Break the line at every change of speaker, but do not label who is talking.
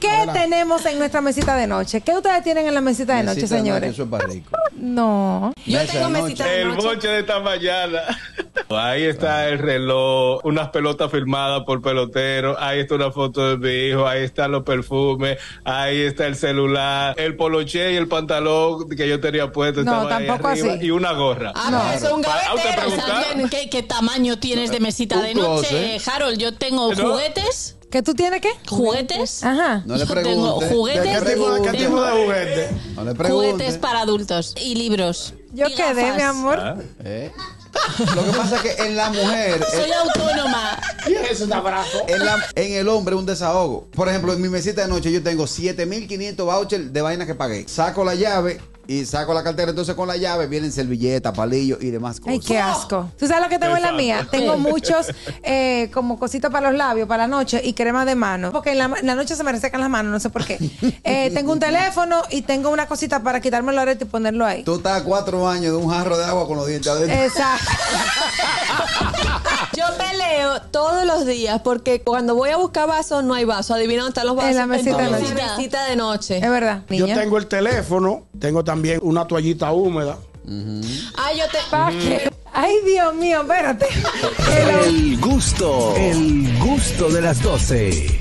¿Qué tenemos en nuestra mesita de noche? ¿Qué ustedes tienen en la mesita de noche,
Mesita de
señores?
Eso es para rico.
No.
Yo
Mesa
tengo
de
mesita de
El
noche.
boche de esta mañana. Ahí está el reloj, unas pelotas firmadas por pelotero, ahí está una foto de mi hijo, ahí están los perfumes, ahí está el celular, el poloche y el pantalón que yo tenía puesto.
No,
estaba ahí
tampoco
arriba,
así.
Y una gorra.
Ah, no, eso es un
Para- ¿a usted
gavetero.
preguntar?
¿Saben qué, qué tamaño tienes de mesita
Un
de noche,
closet.
Harold? Yo tengo
No.
juguetes,
¿Qué tú tienes qué?
juguetes,
Ajá.
No le
Yo tengo
pregunte.
juguetes,
¿De qué tipo de- qué tipo de juguete? No le
juguetes
pregunte.
para adultos y libros.
Yo
y
quedé,
gafas.
mi amor.
Ah.
Eh. Lo que pasa es que en la mujer,
Soy autónoma.
en, la- en el hombre, un desahogo. Por ejemplo, en mi mesita de noche yo tengo 7500 vouchers de vainas que pagué. Saco la llave y saco la cartera. Entonces con la llave vienen servilletas, palillos y demás cosas.
Ay, qué asco. ¿Tú sabes lo que tengo en la mía?
Exacto.
Tengo muchos eh, como cositas para los labios, para la noche y crema de mano. Porque en la, en la noche se me resecan las manos, no sé por qué. Eh, tengo un teléfono y tengo una cosita para quitarme el arete y ponerlo ahí.
Tú estás a cuatro años de un jarro de agua con los dientes adentro.
Exacto.
Yo peleo todos los días porque cuando voy a buscar vasos no hay vasos. Adivina dónde están los vasos.
En la mesita
de
Entonces,
noche.
la mesita de noche.
Es verdad,
Yo
niña.
tengo el teléfono, tengo también una toallita húmeda.
Ah, yo te.
¿Para qué? Ay, Dios mío, espérate.
El gusto, el gusto de las 12.